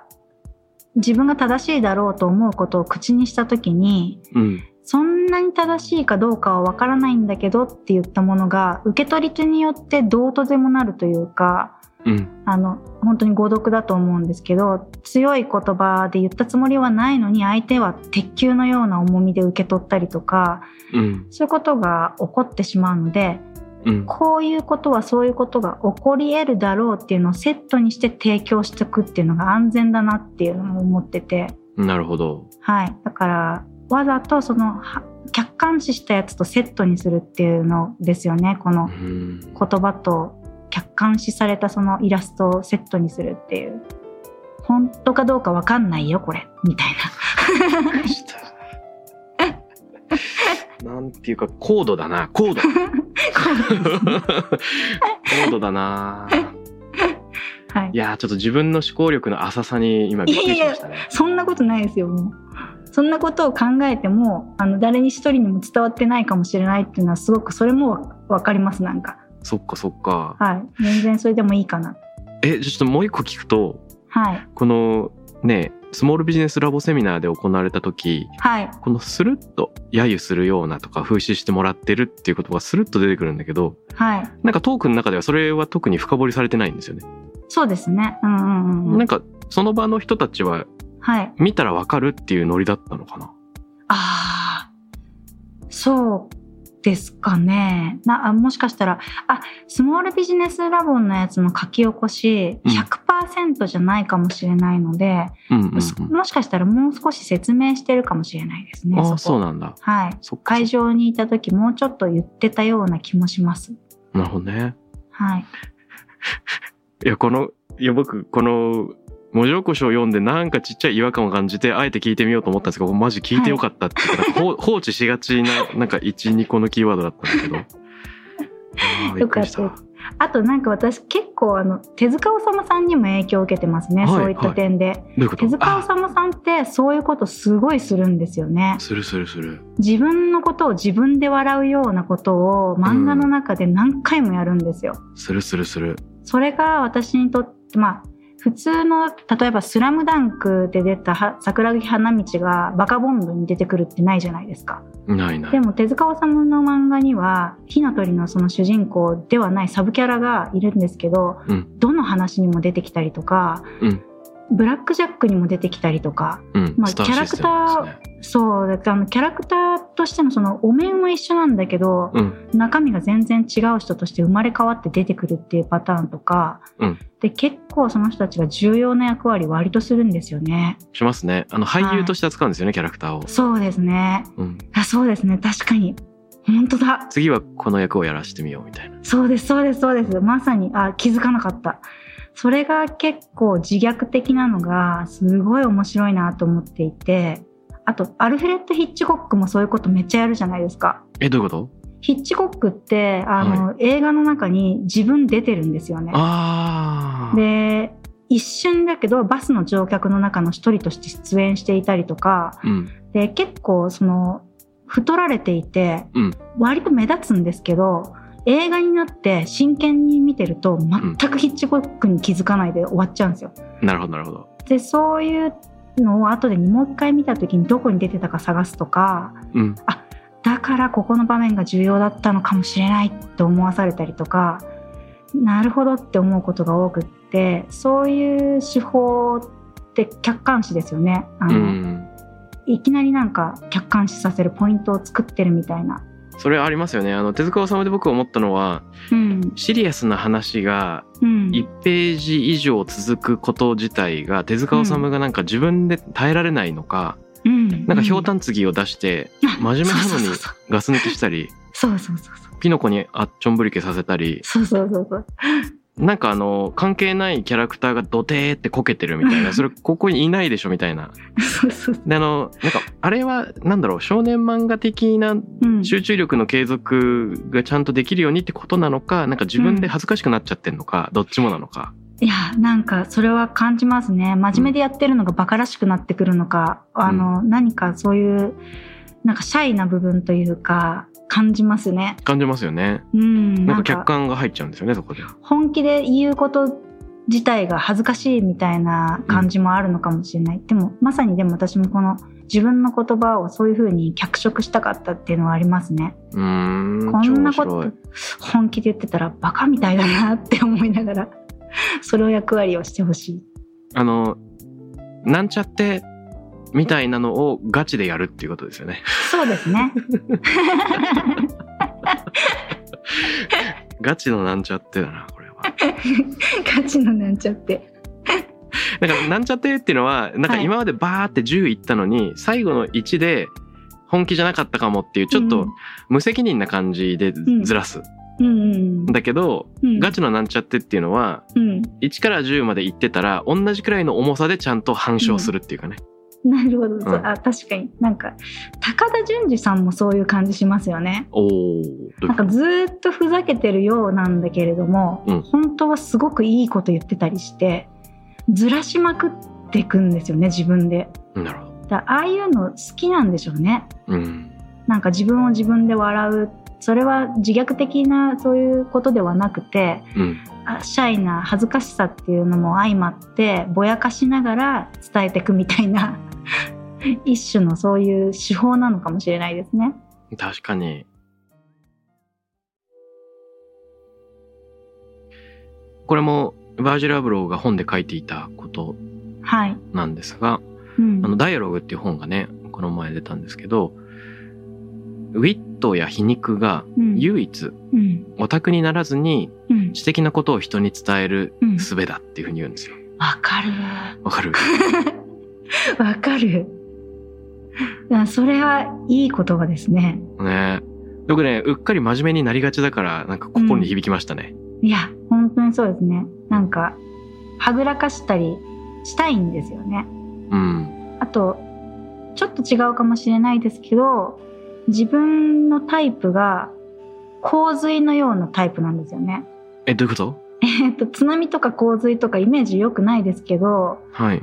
Speaker 2: 自分が正しいだろうと思うことを口にした時に
Speaker 1: うん、
Speaker 2: そんなに正しいかどうかはわからないんだけどって言ったものが受け取り手によってどうとでもなるというか
Speaker 1: うん、
Speaker 2: あの本当に誤読だと思うんですけど強い言葉で言ったつもりはないのに相手は鉄球のような重みで受け取ったりとか
Speaker 1: うん、
Speaker 2: そういうことが起こってしまうので
Speaker 1: うん。
Speaker 2: こういうことはそういうことが起こり得るだろうっていうのをセットにして提供しておくっていうのが安全だなっていうのを思ってて、
Speaker 1: なるほど。
Speaker 2: はい、だからわざとそのは客観視したやつとセットにするっていうのですよねこ
Speaker 1: う
Speaker 2: の
Speaker 1: ん。
Speaker 2: 言葉と客観視されたそのイラストをセットにするっていう本当かどうかわかんないよこれみたい
Speaker 1: びっくりしたなんていうか高度だな高度高度だな
Speaker 2: な、はい
Speaker 1: い、やーちょっと自分の思考力の浅さに今びっくりしましたね
Speaker 2: そんなことないですよもうそんなことを考えてもあの誰に一人にも伝わってないかもしれないっていうのはすごくそれもわかりますなんか
Speaker 1: そっかそっか
Speaker 2: はい全然それでもいいかな
Speaker 1: えちょっともう一個聞くと
Speaker 2: はい
Speaker 1: このねスモールビジネスラボセミナーで行われた時
Speaker 2: はい
Speaker 1: このスルッと揶揄するようなとか風刺してもらってるっていう言葉がスルッと出てくるんだけど
Speaker 2: はい
Speaker 1: なんかトークの中ではそれは特に深掘りされてないんですよね、
Speaker 2: そうですねうんうんうん
Speaker 1: な
Speaker 2: う
Speaker 1: んんかその場の人たちは
Speaker 2: はい
Speaker 1: 見たらわかるっていうノリだったのかな
Speaker 2: ああそうですかねなあもしかしたらあスモールビジネスラボのやつの書き起こし
Speaker 1: うん
Speaker 2: 100%じゃないかもしれないので、
Speaker 1: うんうんうん
Speaker 2: もしかしたらもう少し説明してるかもしれないですね。
Speaker 1: ああ
Speaker 2: こ
Speaker 1: そうなんだ
Speaker 2: はい。
Speaker 1: そっか
Speaker 2: 会場にいた時もうちょっと言ってたような気もします。
Speaker 1: なるほどね
Speaker 2: はい。
Speaker 1: いやこのいや僕この文字起こしを読んでなんかちっちゃい違和感を感じてあえて聞いてみようと思ったんですけどマジ聞いてよかったっていうか、 ほう放置しがちななんか12個のキーワードだったんだけどあーびっくりした
Speaker 2: よかっあとなんか私結構あの手塚治虫さんにも影響を受けてますね、
Speaker 1: はい
Speaker 2: そういった点で
Speaker 1: どういうこと
Speaker 2: 手塚
Speaker 1: あ
Speaker 2: 治虫さんってそういうことすごいするんですよね
Speaker 1: するするする
Speaker 2: 自分のことを自分で笑うようなことを漫画の中で何回もやるんですよ、
Speaker 1: するするする
Speaker 2: それが私にとってまあ普通の例えば「スラムダンクで出たは桜木花道がバカボンドに出てくるってないじゃないですか
Speaker 1: ないない
Speaker 2: でも手塚治虫の漫画には火の鳥のその主人公ではないサブキャラがいるんですけど、
Speaker 1: うん
Speaker 2: どの話にも出てきたりとか、
Speaker 1: うん
Speaker 2: ブラック・ジャックにも出てきたりとか
Speaker 1: うん、
Speaker 2: まあ
Speaker 1: スターシステムですね
Speaker 2: そうだからあのキャラクターとしてのそのお面は一緒なんだけど、
Speaker 1: うん
Speaker 2: 中身が全然違う人として生まれ変わって出てくるっていうパターンとか、
Speaker 1: うん
Speaker 2: で結構その人たちが重要な役割割とするんですよね。
Speaker 1: しますねあの俳優として扱うんですよね、キャラクターを、
Speaker 2: そうですね
Speaker 1: うん、
Speaker 2: あそうですね確かに本当だ
Speaker 1: 次はこの役をやらしてみようみたいな
Speaker 2: そうですそうですそうですまさにあ気づかなかったそれが結構自虐的なのがすごい面白いなと思っていてあとアルフレッド・ヒッチコックもそういうことめっちゃやるじゃないですか
Speaker 1: えどういうこと
Speaker 2: ヒッチコックってあの、映画の中に自分出てるんですよね
Speaker 1: ああ
Speaker 2: で一瞬だけどバスの乗客の中の一人として出演していたりとか
Speaker 1: うん
Speaker 2: で結構その太られていて、
Speaker 1: うん
Speaker 2: 割と目立つんですけど映画になって真剣に見てると全くヒッチコックに気づかないで終わっちゃうんですよ。
Speaker 1: なるほどなるほど
Speaker 2: でそういうのを後でもう一回見た時にどこに出てたか探すとか
Speaker 1: うん
Speaker 2: だからここの場面が重要だったのかもしれないって思わされたりとかなるほどって思うことが多くってそういう手法って客観視ですよね。あ
Speaker 1: う
Speaker 2: の
Speaker 1: ん
Speaker 2: いきなりなんか客観視させるポイントを作ってるみたいな。
Speaker 1: それありますよねあの手塚治虫で僕思ったのは
Speaker 2: うん。
Speaker 1: シリアスな話が
Speaker 2: うん。
Speaker 1: 1ページ以上続くこと自体が手塚治虫がなんか自分で耐えられないのか、
Speaker 2: うん。
Speaker 1: なんかひょうたん継ぎを出して
Speaker 2: うん、
Speaker 1: 真面目なのに
Speaker 2: そうそう
Speaker 1: ガス抜きしたり
Speaker 2: そうそうそう
Speaker 1: ピノコにあっちょんぶりけさせたり
Speaker 2: そうそうそうそう
Speaker 1: なんかあの関係ないキャラクターがドテーってこけてるみ たいなそれここにいないでしょみたいな
Speaker 2: そうそうそう。
Speaker 1: であのなんかあれはなんだろう少年漫画的な
Speaker 2: うん。
Speaker 1: 集中力の継続がちゃんとできるようにってことなのかなんか自分で恥ずかしくなっちゃってんのか、どっちもなのか
Speaker 2: いやなんかそれは感じますね。真面目でやってるのがバカらしくなってくるのか、あの何かそういうなんかシャイな部分というか感じますね。
Speaker 1: 感じますよね
Speaker 2: うん。
Speaker 1: なん
Speaker 2: な
Speaker 1: か
Speaker 2: ん
Speaker 1: 客
Speaker 2: か
Speaker 1: 観が入っちゃうんですよねそこで。
Speaker 2: 本気で言うこと自体が恥ずかしいみたいな感じもあるのかもしれない。でもまさにでも私もこの自分の言葉をそういう風に脚色したかったっていうのはありますね。
Speaker 1: うーん
Speaker 2: こんなこ
Speaker 1: 超面白
Speaker 2: と
Speaker 1: い
Speaker 2: 本気で言ってたらバカみたいだなって思いながらそれを役割をしてほしい。
Speaker 1: あのなんちゃってみたいなのをガチでやるっていうことですよね
Speaker 2: そうですね。
Speaker 1: ガチのなんちゃってだなこれは
Speaker 2: ガチのなんちゃって。
Speaker 1: だからなんちゃってっていうのはなんか
Speaker 2: はい
Speaker 1: 今までバーって10いったのに、最後の1で本気じゃなかったかもっていうちょっと無責任な感じで
Speaker 2: ん
Speaker 1: ずらす、
Speaker 2: うん、うん
Speaker 1: だけど、
Speaker 2: うん、
Speaker 1: ガチのなんちゃってっていうのは
Speaker 2: うん。
Speaker 1: 1から10までいってたら同じくらいの重さでちゃんと反証するっていうかね、
Speaker 2: なるほど、そう
Speaker 1: うん
Speaker 2: あ確かになんか高田純次さんもそういう感じしますよね。
Speaker 1: おおどういう
Speaker 2: な
Speaker 1: んこ
Speaker 2: か
Speaker 1: と
Speaker 2: ずーっとふざけてるようなんだけれども、
Speaker 1: うん
Speaker 2: 本当はすごくいいこと言ってたりしてずらしまくってくんですよね自分で。
Speaker 1: なるほど
Speaker 2: だああいうの好きなんでしょうね。
Speaker 1: うん
Speaker 2: なんか自分を自分で笑うそれは自虐的なそういうことではなくて
Speaker 1: うん
Speaker 2: あシャイな恥ずかしさっていうのも相まってぼやかしながら伝えていくみたいな 一種のそういう手法なのかもしれないですね。
Speaker 1: 確かにこれもバージル・アブローが本で書いていたこと
Speaker 2: はい、
Speaker 1: なんですが
Speaker 2: うん
Speaker 1: 「あのダイアログ」っていう本がねこの前出たんですけどウィットや皮肉が
Speaker 2: うん
Speaker 1: 唯一
Speaker 2: うん
Speaker 1: オタクにならずに
Speaker 2: うん
Speaker 1: 知的なことを人に伝える
Speaker 2: うん
Speaker 1: 術だっていうふうに言うんですよ。
Speaker 2: わかる
Speaker 1: わかる
Speaker 2: わかるあそれはいい言葉ですね
Speaker 1: ね僕ねうっかり真面目になりがちだからなんか心に響きましたね。
Speaker 2: いや本当にそうですねなんかはぐらかしたりしたいんですよね。
Speaker 1: うん。
Speaker 2: あとちょっと違うかもしれないですけど自分のタイプが洪水のようなタイプなんですよね。
Speaker 1: え、どういうこと
Speaker 2: えっと津波とか洪水とかイメージ良くないですけど
Speaker 1: はい。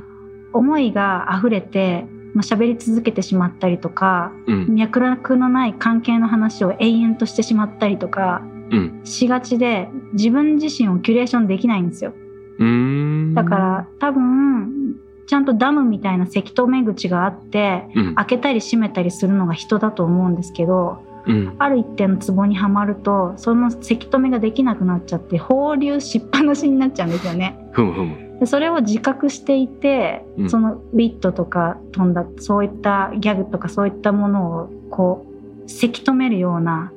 Speaker 2: 思いが溢れて、まあ、喋り続けてしまったりとか
Speaker 1: うん。
Speaker 2: 脈絡のない関係の話を延々としてしまったりとか
Speaker 1: うん。
Speaker 2: しがちで自分自身をキュレーションできないんですよ。
Speaker 1: うーん。
Speaker 2: だか。ら多分ちゃんとダムみたいなせき止め口があって
Speaker 1: うん。
Speaker 2: 開けたり閉めたりするのが人だと思うんですけど
Speaker 1: うん。
Speaker 2: ある一定の壺にはまるとそのせき止めができなくなっちゃって放流しっぱなしになっちゃうんですよね。
Speaker 1: ふむふむ。
Speaker 2: でそれを自覚していて、
Speaker 1: うん
Speaker 2: そのウィットとか飛んだそういったギャグとかそういったものをこうせき止めるような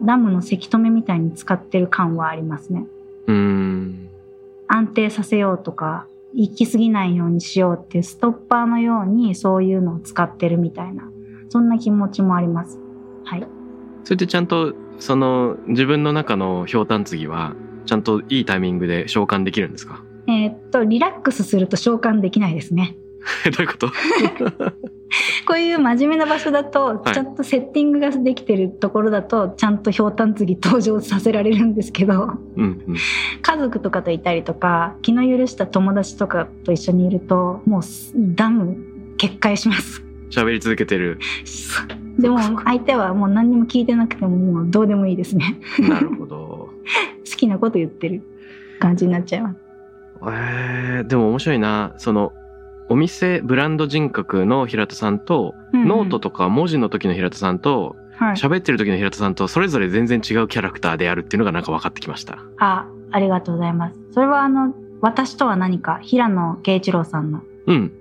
Speaker 2: ダムのせき止めみたいに使ってる感はありますね。
Speaker 1: うーん。
Speaker 2: 安定させようとか行き過ぎないようにしようっていうストッパーのようにそういうのを使ってるみたいなそんな気持ちもあります。はい、
Speaker 1: それでちゃんと、その、自分の中のひょうたん継ぎは、ちゃんといいタイミングで召喚できるんですか
Speaker 2: えーっとリラックスすると召喚できないですね。
Speaker 1: え、どういうこと
Speaker 2: こういう真面目な場所だと、
Speaker 1: はい
Speaker 2: ちゃんとセッティングができてるところだとちゃんとひょうたん継ぎ登場させられるんですけど
Speaker 1: うんうん。
Speaker 2: 家族とかといたりとか気の許した友達とかと一緒にいるともうダム決壊します。
Speaker 1: 喋り続けてる。
Speaker 2: でも相手はもう何にも聞いてなくてももうどうでもいいですね
Speaker 1: なるほど。
Speaker 2: 好きなこと言ってる感じになっちゃいます
Speaker 1: えー、でも面白いな。その、お店、ブランド人格の平田さんと、
Speaker 2: うんうん
Speaker 1: ノートとか文字の時の平田さんと、
Speaker 2: はい
Speaker 1: 喋ってる時の平田さんと、それぞれ全然違うキャラクターであるっていうのがなんか分かってきました。
Speaker 2: あありがとうございますそれはあの私とは何か平野慶一郎さんの
Speaker 1: うん。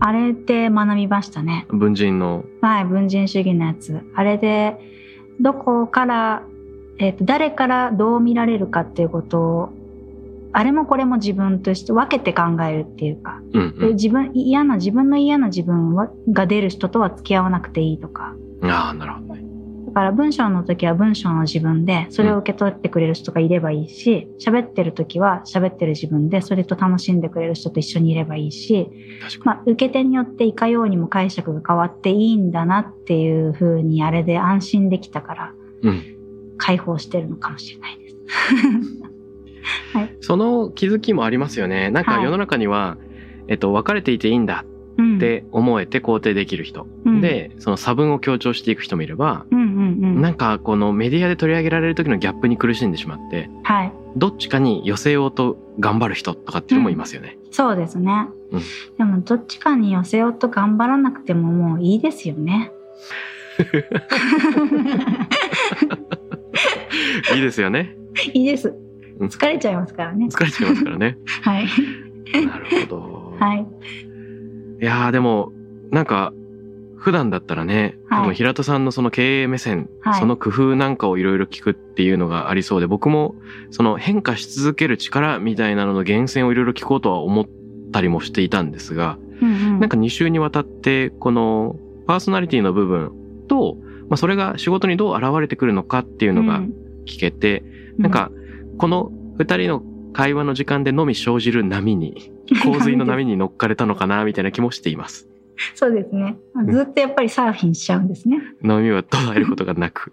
Speaker 2: あれで学びましたね
Speaker 1: 文人の、
Speaker 2: はい文人主義のやつあれでどこから、えっと誰からどう見られるかっていうことをあれもこれも自分として分けて考えるっていうか
Speaker 1: うん、
Speaker 2: で自分嫌な自分の嫌な自分はが出る人とは付き合わなくていいとか
Speaker 1: うん。ああ、なるほどね。
Speaker 2: だから文章の時は文章の自分でそれを受け取ってくれる人がいればいいし喋ってる時は喋ってる自分でそれと楽しんでくれる人と一緒にいればいいし、
Speaker 1: 確か
Speaker 2: まあ、受け手によっていかようにも解釈が変わっていいんだなっていう風にあれで安心できたか
Speaker 1: に。
Speaker 2: ら
Speaker 1: うん。
Speaker 2: 解放してるのかもしれないです。
Speaker 1: その気づきもありますよね。なんか
Speaker 2: はい
Speaker 1: 世の中には、えっと、別れていていいんだ
Speaker 2: うん、
Speaker 1: って思えて肯定できる人。
Speaker 2: うん、
Speaker 1: で、その差分を強調していく人もいれば、
Speaker 2: うんうんうん
Speaker 1: なんかこのメディアで取り上げられる時のギャップに苦しんでしまって、
Speaker 2: はい
Speaker 1: どっちかに寄せようと頑張る人とかっていうのもいますよね。
Speaker 2: そうですね、
Speaker 1: うん
Speaker 2: でもどっちかに寄せようと頑張らなくてももういいですよね
Speaker 1: いいですよね。
Speaker 2: いいです
Speaker 1: うん
Speaker 2: 疲れちゃいますからね
Speaker 1: 疲れちゃいますから ね。
Speaker 2: はい
Speaker 1: なる ほど。
Speaker 2: はい
Speaker 1: いやーでも、なんか、普段だったらね、
Speaker 2: はい
Speaker 1: 多分平田さんのその経営目線、
Speaker 2: はい
Speaker 1: その工夫なんかをいろいろ聞くっていうのがありそうで、僕もその変化し続ける力みたいなのの源泉をいろいろ聞こうとは思ったりもしていたんですが、
Speaker 2: うんう
Speaker 1: なんか2週にわたって、このパーソナリティの部分と、まあ、それが仕事にどう現れてくるのかっていうのが聞けて、なんか、この二人の会話の時間でのみ生じる波 に、洪水の波に乗っかれたのかな、みたいな気もしています。
Speaker 2: そうですねずっとやっぱりサーフィンしちゃうんですね
Speaker 1: 波は途絶えることがな く。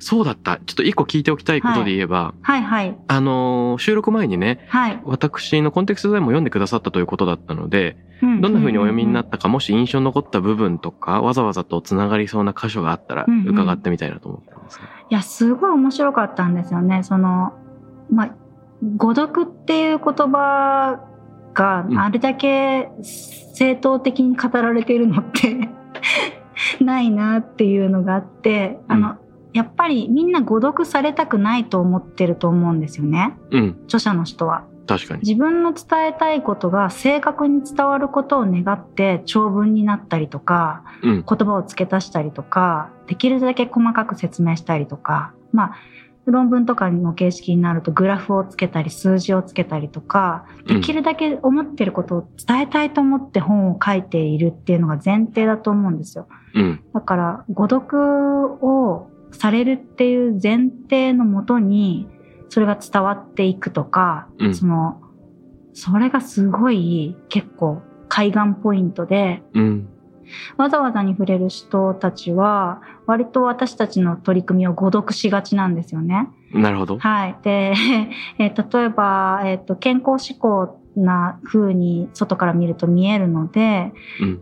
Speaker 1: そうだった。ちょっと一個聞いておきたいことで言えば、
Speaker 2: はいはい
Speaker 1: あのー収録前にね、
Speaker 2: はい、
Speaker 1: 私のコンテクストでも読んでくださったということだったので、
Speaker 2: うん
Speaker 1: どんな風にお読みにな
Speaker 2: て
Speaker 1: ったか、もし印象に残った部分とか、わざわざと繋がりそうな箇所があったら
Speaker 2: うんうん
Speaker 1: 伺ってみたいなと思ってます。
Speaker 2: いやすごい面白かったんですよねそのまあ誤読っていう言葉が
Speaker 1: うん
Speaker 2: あれだけ正当的に語られているのって ないなっていうのがあってあの、
Speaker 1: う
Speaker 2: やっぱりみんな誤読されたくないと思ってると思うんですよね
Speaker 1: うん、
Speaker 2: 著者の人は。
Speaker 1: 確かに。
Speaker 2: 自分の伝えたいことが正確に伝わることを願って長文になったりとか
Speaker 1: うん、
Speaker 2: 言葉を付け足したりとかできるだけ細かく説明したりとかまあ論文とかの形式になるとグラフをつけたり数字をつけたりとか
Speaker 1: う
Speaker 2: で
Speaker 1: ん、
Speaker 2: きるだけ思ってることを伝えたいと思って本を書いているっていうのが前提だと思うんですよ
Speaker 1: うん、
Speaker 2: だから誤読をされるっていう前提のもとにそれが伝わっていくとか、
Speaker 1: うん
Speaker 2: そのそれがすごい結構海岸ポイントで
Speaker 1: うん。
Speaker 2: わざわざに触れる人たちは割と私たちの取り組みを誤読しがちなんですよね。
Speaker 1: なるほど。
Speaker 2: はい。で、 えー例えば、えっと健康志向な風に外から見ると見えるので、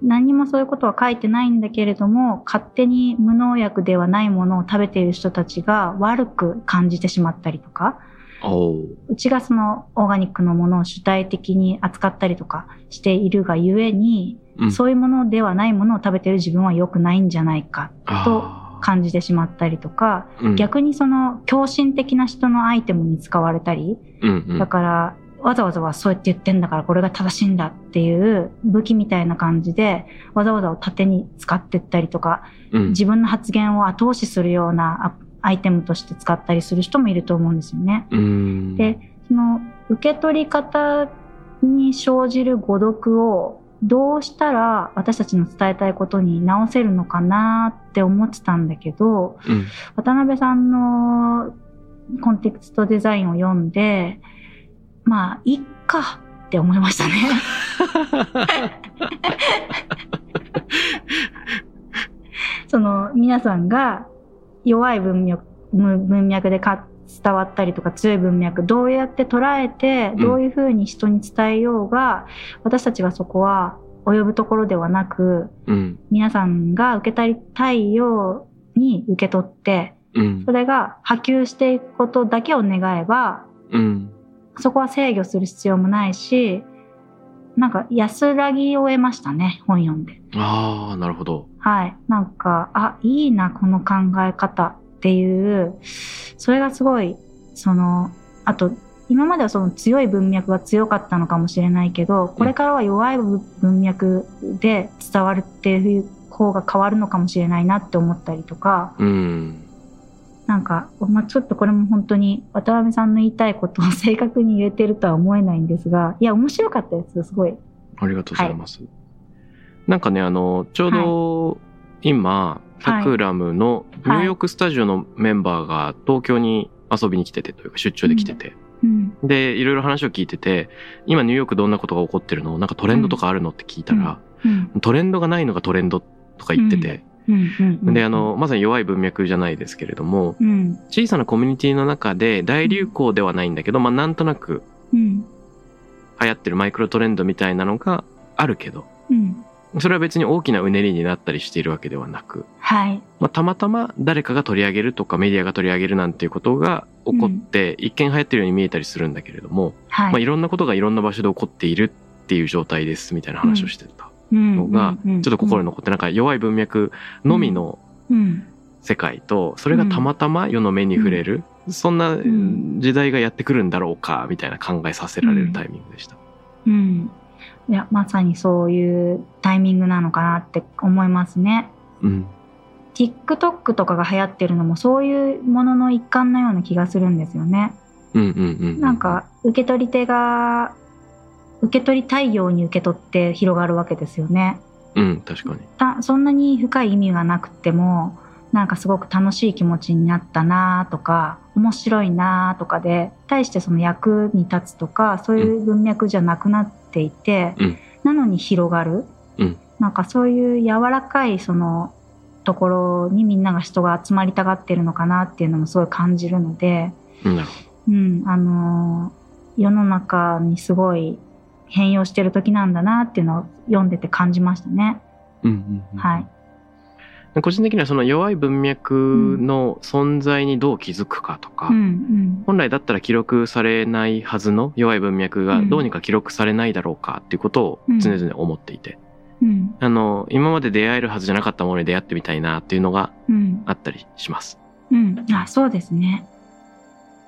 Speaker 1: うん。
Speaker 2: 何もそういうことは書いてないんだけれども勝手に無農薬ではないものを食べている人たちが悪く感じてしまったりとか
Speaker 1: おー
Speaker 2: うちがそのオーガニックのものを主体的に扱ったりとかしているがゆえに、
Speaker 1: うん。
Speaker 2: そういうものではないものを食べている自分は良くないんじゃないか
Speaker 1: あー
Speaker 2: 感じてしまったりとか、
Speaker 1: うん
Speaker 2: 逆にその狂信的な人のアイテムに使われたり
Speaker 1: うんうん
Speaker 2: だから、わざわざはそうやって言ってんだからこれが正しいんだっていう武器みたいな感じでわざわざを盾に使ってったりとか、
Speaker 1: うん
Speaker 2: 自分の発言を後押しするようなあアイテムとして使ったりする人もいると思うんですよね。
Speaker 1: うん
Speaker 2: でその受け取り方に生じる誤読をどうしたら私たちの伝えたいことに直せるのかなって思ってたんだけど
Speaker 1: うん
Speaker 2: 渡辺さんのコンテクストデザインを読んで、まあ、いっかって思いましたね。その、皆さんが弱い文脈、む文脈でか伝わったりとか強い文脈、どうやって捉えて、
Speaker 1: ん
Speaker 2: どういうふうに人に伝えようが、私たちはそこは及ぶところではなく、
Speaker 1: うん
Speaker 2: 皆さんが受け取りたいように受け取って、
Speaker 1: うん
Speaker 2: それが波及していくことだけを願えば、
Speaker 1: うん
Speaker 2: そこは制御する必要もないし、なんか安らぎを得ましたね、本読んで。
Speaker 1: ああなるほど
Speaker 2: はい。なんか、あ、いいな、この考え方っていう、それがすごい、その、あと、今まではその強い文脈が強かったのかもしれないけど、これからは弱い文脈で伝わるっていう方が変わるのかもしれないなって思ったりとか、
Speaker 1: うん
Speaker 2: なんか、まあ、ちょっとこれも本当に渡辺さんの言いたいことを 正確に言えてるとは思えないんですが、いや、面白かったです、すごい。
Speaker 1: ありがとうございます、なんかねあのちょうど今、
Speaker 2: はい
Speaker 1: タクラムのニ
Speaker 2: はい
Speaker 1: ューヨークスタジオのメンバーが東京に遊びに来ててというか出張で来てて、
Speaker 2: うん。
Speaker 1: でいろいろ話を聞いてて今ニューヨークどんなことが起こってるのなんかトレンドとかあるのって聞いたら、
Speaker 2: うん。
Speaker 1: トレンドがないのがトレンドとか言ってて、
Speaker 2: うん。うん。
Speaker 1: であ、のまさに弱い文脈じゃないですけれども
Speaker 2: うん。
Speaker 1: 小さなコミュニティの中で大流行ではないんだけど、まあなんとなく
Speaker 2: うん。
Speaker 1: 流行ってるマイクロトレンドみたいなのがあるけど
Speaker 2: うん。
Speaker 1: それは別に大きなうねりになったりしているわけではなく、
Speaker 2: はい。
Speaker 1: まあ、たまたま誰かが取り上げるとかメディアが取り上げるなんていうことが起こって、一見流行ってるように見えたりするんだけれども、
Speaker 2: はい。
Speaker 1: まあ、いろんなことがいろんな場所で起こっているっていう状態ですみたいな話をしてたのが、ちょっと心に残ってなんか弱い文脈のみの
Speaker 2: うん。
Speaker 1: 世界とそれがたまたま世の目に触れる、そんな時代がやってくるんだろうかみたいな考えさせられるタイミングでした。
Speaker 2: うん。うん。いや、まさにそういうタイミングなのかなって思いますね。
Speaker 1: うん、
Speaker 2: TikTok とかが流行ってるのもそういうものの一環のような気がするんですよね。
Speaker 1: うん、うん、うん。
Speaker 2: なんか受け取り手が受け取りたいように受け取って広がるわけですよね
Speaker 1: うん、確かに。
Speaker 2: たそんなに深い意味がなくてもなんかすごく楽しい気持ちになったなとか面白いなとかで対してその役に立つとかそういう文脈じゃなくなっていて、
Speaker 1: うん
Speaker 2: なのに広がる、
Speaker 1: うん
Speaker 2: なんかそういう柔らかいそのところにみんなが人が集まりたがってるのかなっていうのもすごい感じるので、
Speaker 1: うんなる
Speaker 2: うん、あのー世の中にすごい変容してる時なんだなっていうのを読んでて感じましたね。
Speaker 1: うんうんうん
Speaker 2: はい。
Speaker 1: 個人的にはその弱い文脈の存在にどう気づくかとか、
Speaker 2: うん
Speaker 1: 本来だったら記録されないはずの弱い文脈がどうにか記録されないだろうかっていうことを常々思っていて、
Speaker 2: うんうん
Speaker 1: あの、今まで出会えるはずじゃなかったものに出会ってみたいなっていうのが
Speaker 2: うん
Speaker 1: あったりします。
Speaker 2: うん。あ、そうですね。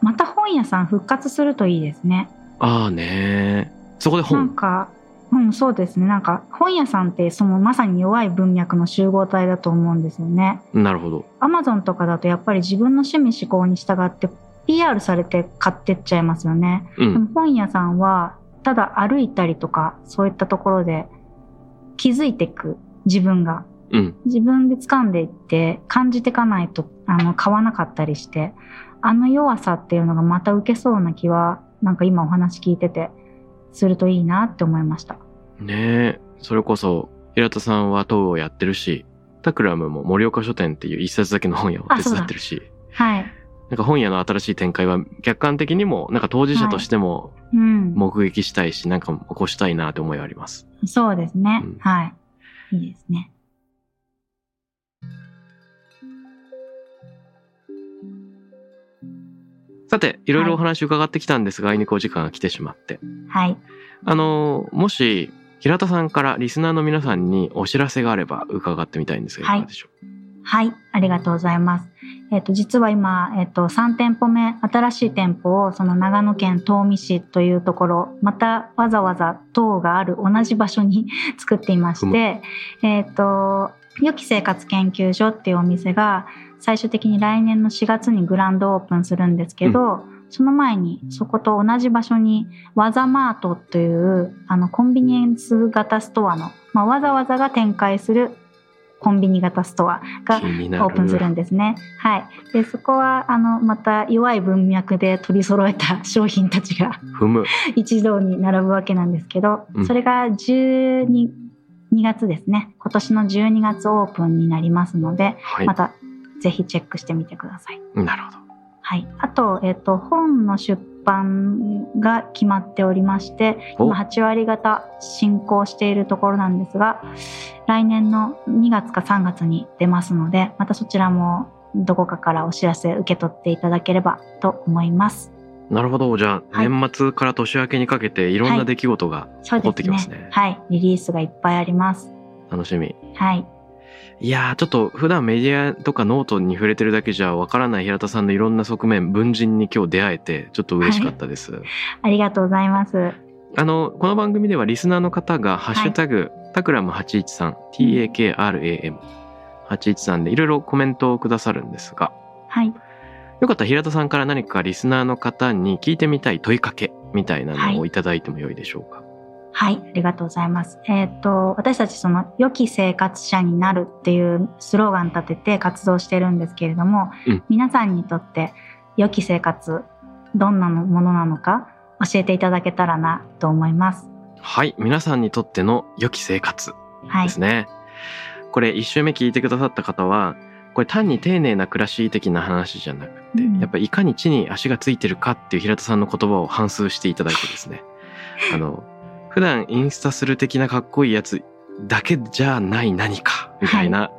Speaker 2: また本屋さん復活するといいですね。
Speaker 1: ああねーそこで
Speaker 2: なん
Speaker 1: 本。
Speaker 2: か、うん、そうですね。なんか本屋さんってそのまさに弱い文脈の集合体だと思うんですよね。
Speaker 1: なるほど。
Speaker 2: アマゾンとかだとやっぱり自分の趣味思考に従って PR されて買ってっちゃいますよね。
Speaker 1: う
Speaker 2: で
Speaker 1: ん。
Speaker 2: も本屋さんはただ歩いたりとかそういったところで気づいていく自分が
Speaker 1: うん。
Speaker 2: 自分で掴んでいって感じていかないとあの買わなかったりしてあの弱さっていうのがまた受けそうな気はなんか今お話聞いててするといいなって思いました
Speaker 1: ねえ。それこそ、平田さんは東をやってるし、タクラムも森岡書店っていう一冊だけの本屋を手伝ってるし、
Speaker 2: はい
Speaker 1: なんか本屋の新しい展開は客観的にも、なんか当事者としても
Speaker 2: うん
Speaker 1: 目撃したいし、なんか起こしたいなって思いはあります。
Speaker 2: そうですね、
Speaker 1: うん
Speaker 2: はいいいですね
Speaker 1: さて、いろいろお話伺ってきたんですが、あいにくお時間が来てしまって。
Speaker 2: はい
Speaker 1: あの、もし、平田さんからリスナーの皆さんにお知らせがあれば伺ってみたいんですが、い
Speaker 2: はい
Speaker 1: かがでしょ
Speaker 2: はい、ありがとうございます。えっ、と、実は今、えっ、と、3店舗目、新しい店舗を、その長野県東見市というところ、またわざわざ塔がある同じ場所に 作っていまして、えっ、と、良き生活研究所っていうお店が、最終的に来年の4月にグランドオープンするんですけど、その前にそこと同じ場所にわざマートというあのコンビニエンス型ストアの、まあ、わざわざが展開するコンビニ型ストア
Speaker 1: う
Speaker 2: が
Speaker 1: 気になる。
Speaker 2: オープンするんですね。はい。で、そこは、あの、また弱い文脈で取り揃えた商品たちが
Speaker 1: 踏む。
Speaker 2: 一堂に並ぶわけなんですけど、
Speaker 1: うん
Speaker 2: それが12、2月ですね。今年の12月オープンになりますので、
Speaker 1: はい。
Speaker 2: またぜひチェックしてみてください。
Speaker 1: なるほど。
Speaker 2: はい。あと、えっ、と、本の出版が決まっておりまして、
Speaker 1: お
Speaker 2: 今8割方進行しているところなんですが、来年の2月か3月に出ますので、またそちらもどこかからお知らせ受け取っていただければと思います。
Speaker 1: なるほど。じゃあ、
Speaker 2: はい
Speaker 1: 年末から年明けにかけていろん
Speaker 2: は
Speaker 1: ない出来事が
Speaker 2: そう
Speaker 1: 起こっ
Speaker 2: で
Speaker 1: て
Speaker 2: す
Speaker 1: きま
Speaker 2: ね。
Speaker 1: すね。
Speaker 2: はい。リリースがいっぱいあります。
Speaker 1: 楽しみ。
Speaker 2: はい。
Speaker 1: いやー、ちょっと普段メディアとかノートに触れてるだけじゃわからない平田さんのいろんな側面、文人に今日出会えて、ちょっと嬉しかったです。
Speaker 2: ありがとうございます。
Speaker 1: あの、この番組ではリスナーの方が、ハッシュタグ、タクラム813、TAKRAM、813でいろいろコメントをくださるんですが、
Speaker 2: はい。
Speaker 1: よかったら平田さんから何かリスナーの方に聞いてみたい問いかけみたいなのをいただいてもよいでしょうか。
Speaker 2: はい、ありがとうございます。えっ、と、私たちその、良き生活者になるっていうスローガン立てて活動してるんですけれども、
Speaker 1: うん
Speaker 2: 皆さんにとって良き生活、どんなのものなのか教えていただけたらなと思います。
Speaker 1: はい、皆さんにとっての良き生活
Speaker 2: はい
Speaker 1: で。すね。これ一周目聞いてくださった方は、これ単に丁寧な暮らし的な話じゃなくて、
Speaker 2: うん
Speaker 1: やっぱりいかに地に足がついてるかっていう平田さんの言葉を反芻していただいて ですね。あの、普段インスタする的なかっこいいやつだけじゃない何か、みたいな、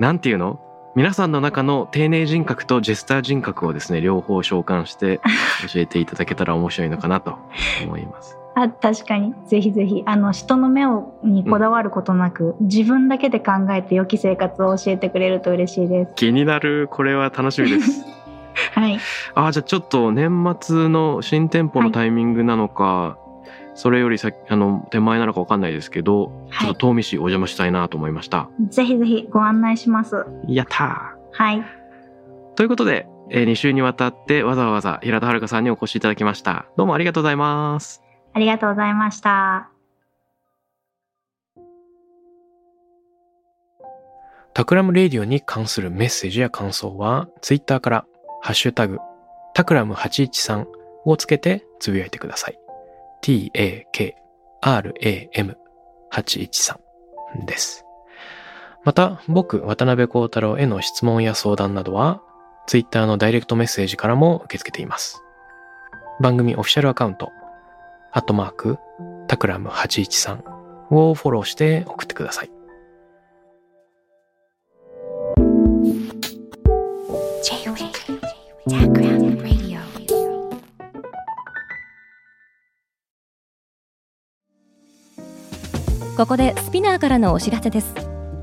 Speaker 1: なんていうの皆さんの中の丁寧人格とジェスター人格をですね、両方召喚して 教えていただけたら面白いのかなと思います。
Speaker 2: あ、確かに。ぜひぜひ、あの、人の目を、にこだわることなく、自分だけで考えて良き生活を教えてくれると嬉しいです。
Speaker 1: 気になる、これは楽しみです。
Speaker 2: はい。
Speaker 1: あーじゃあちょっと年末の新店舗のタイミングなのか、それより先あの手前なのかわかんないですけど、
Speaker 2: はい
Speaker 1: ちょっと東見市お邪魔したいなと思いました。
Speaker 2: ぜひぜひご案内します。
Speaker 1: やった
Speaker 2: はい。
Speaker 1: ーということで、え2週にわたってわざわざ平田遥さんにお越しいただきました。どうもありがとうございます。
Speaker 2: ありがとうございました。
Speaker 1: タクラムレディオに関するメッセージや感想は、ツイッターから、ハッシュタグ、タクラム813をつけてつぶやいてください。t-a-k-r-a-m813 です。また、僕、渡辺幸太郎への質問や相談などは、ツイッターのダイレクトメッセージからも受け付けています。番組オフィシャルアカウント、アットマーク、タクラム813をフォローして送ってください。
Speaker 3: J-Wave Background Radio
Speaker 4: ここでスピナーからのお知らせです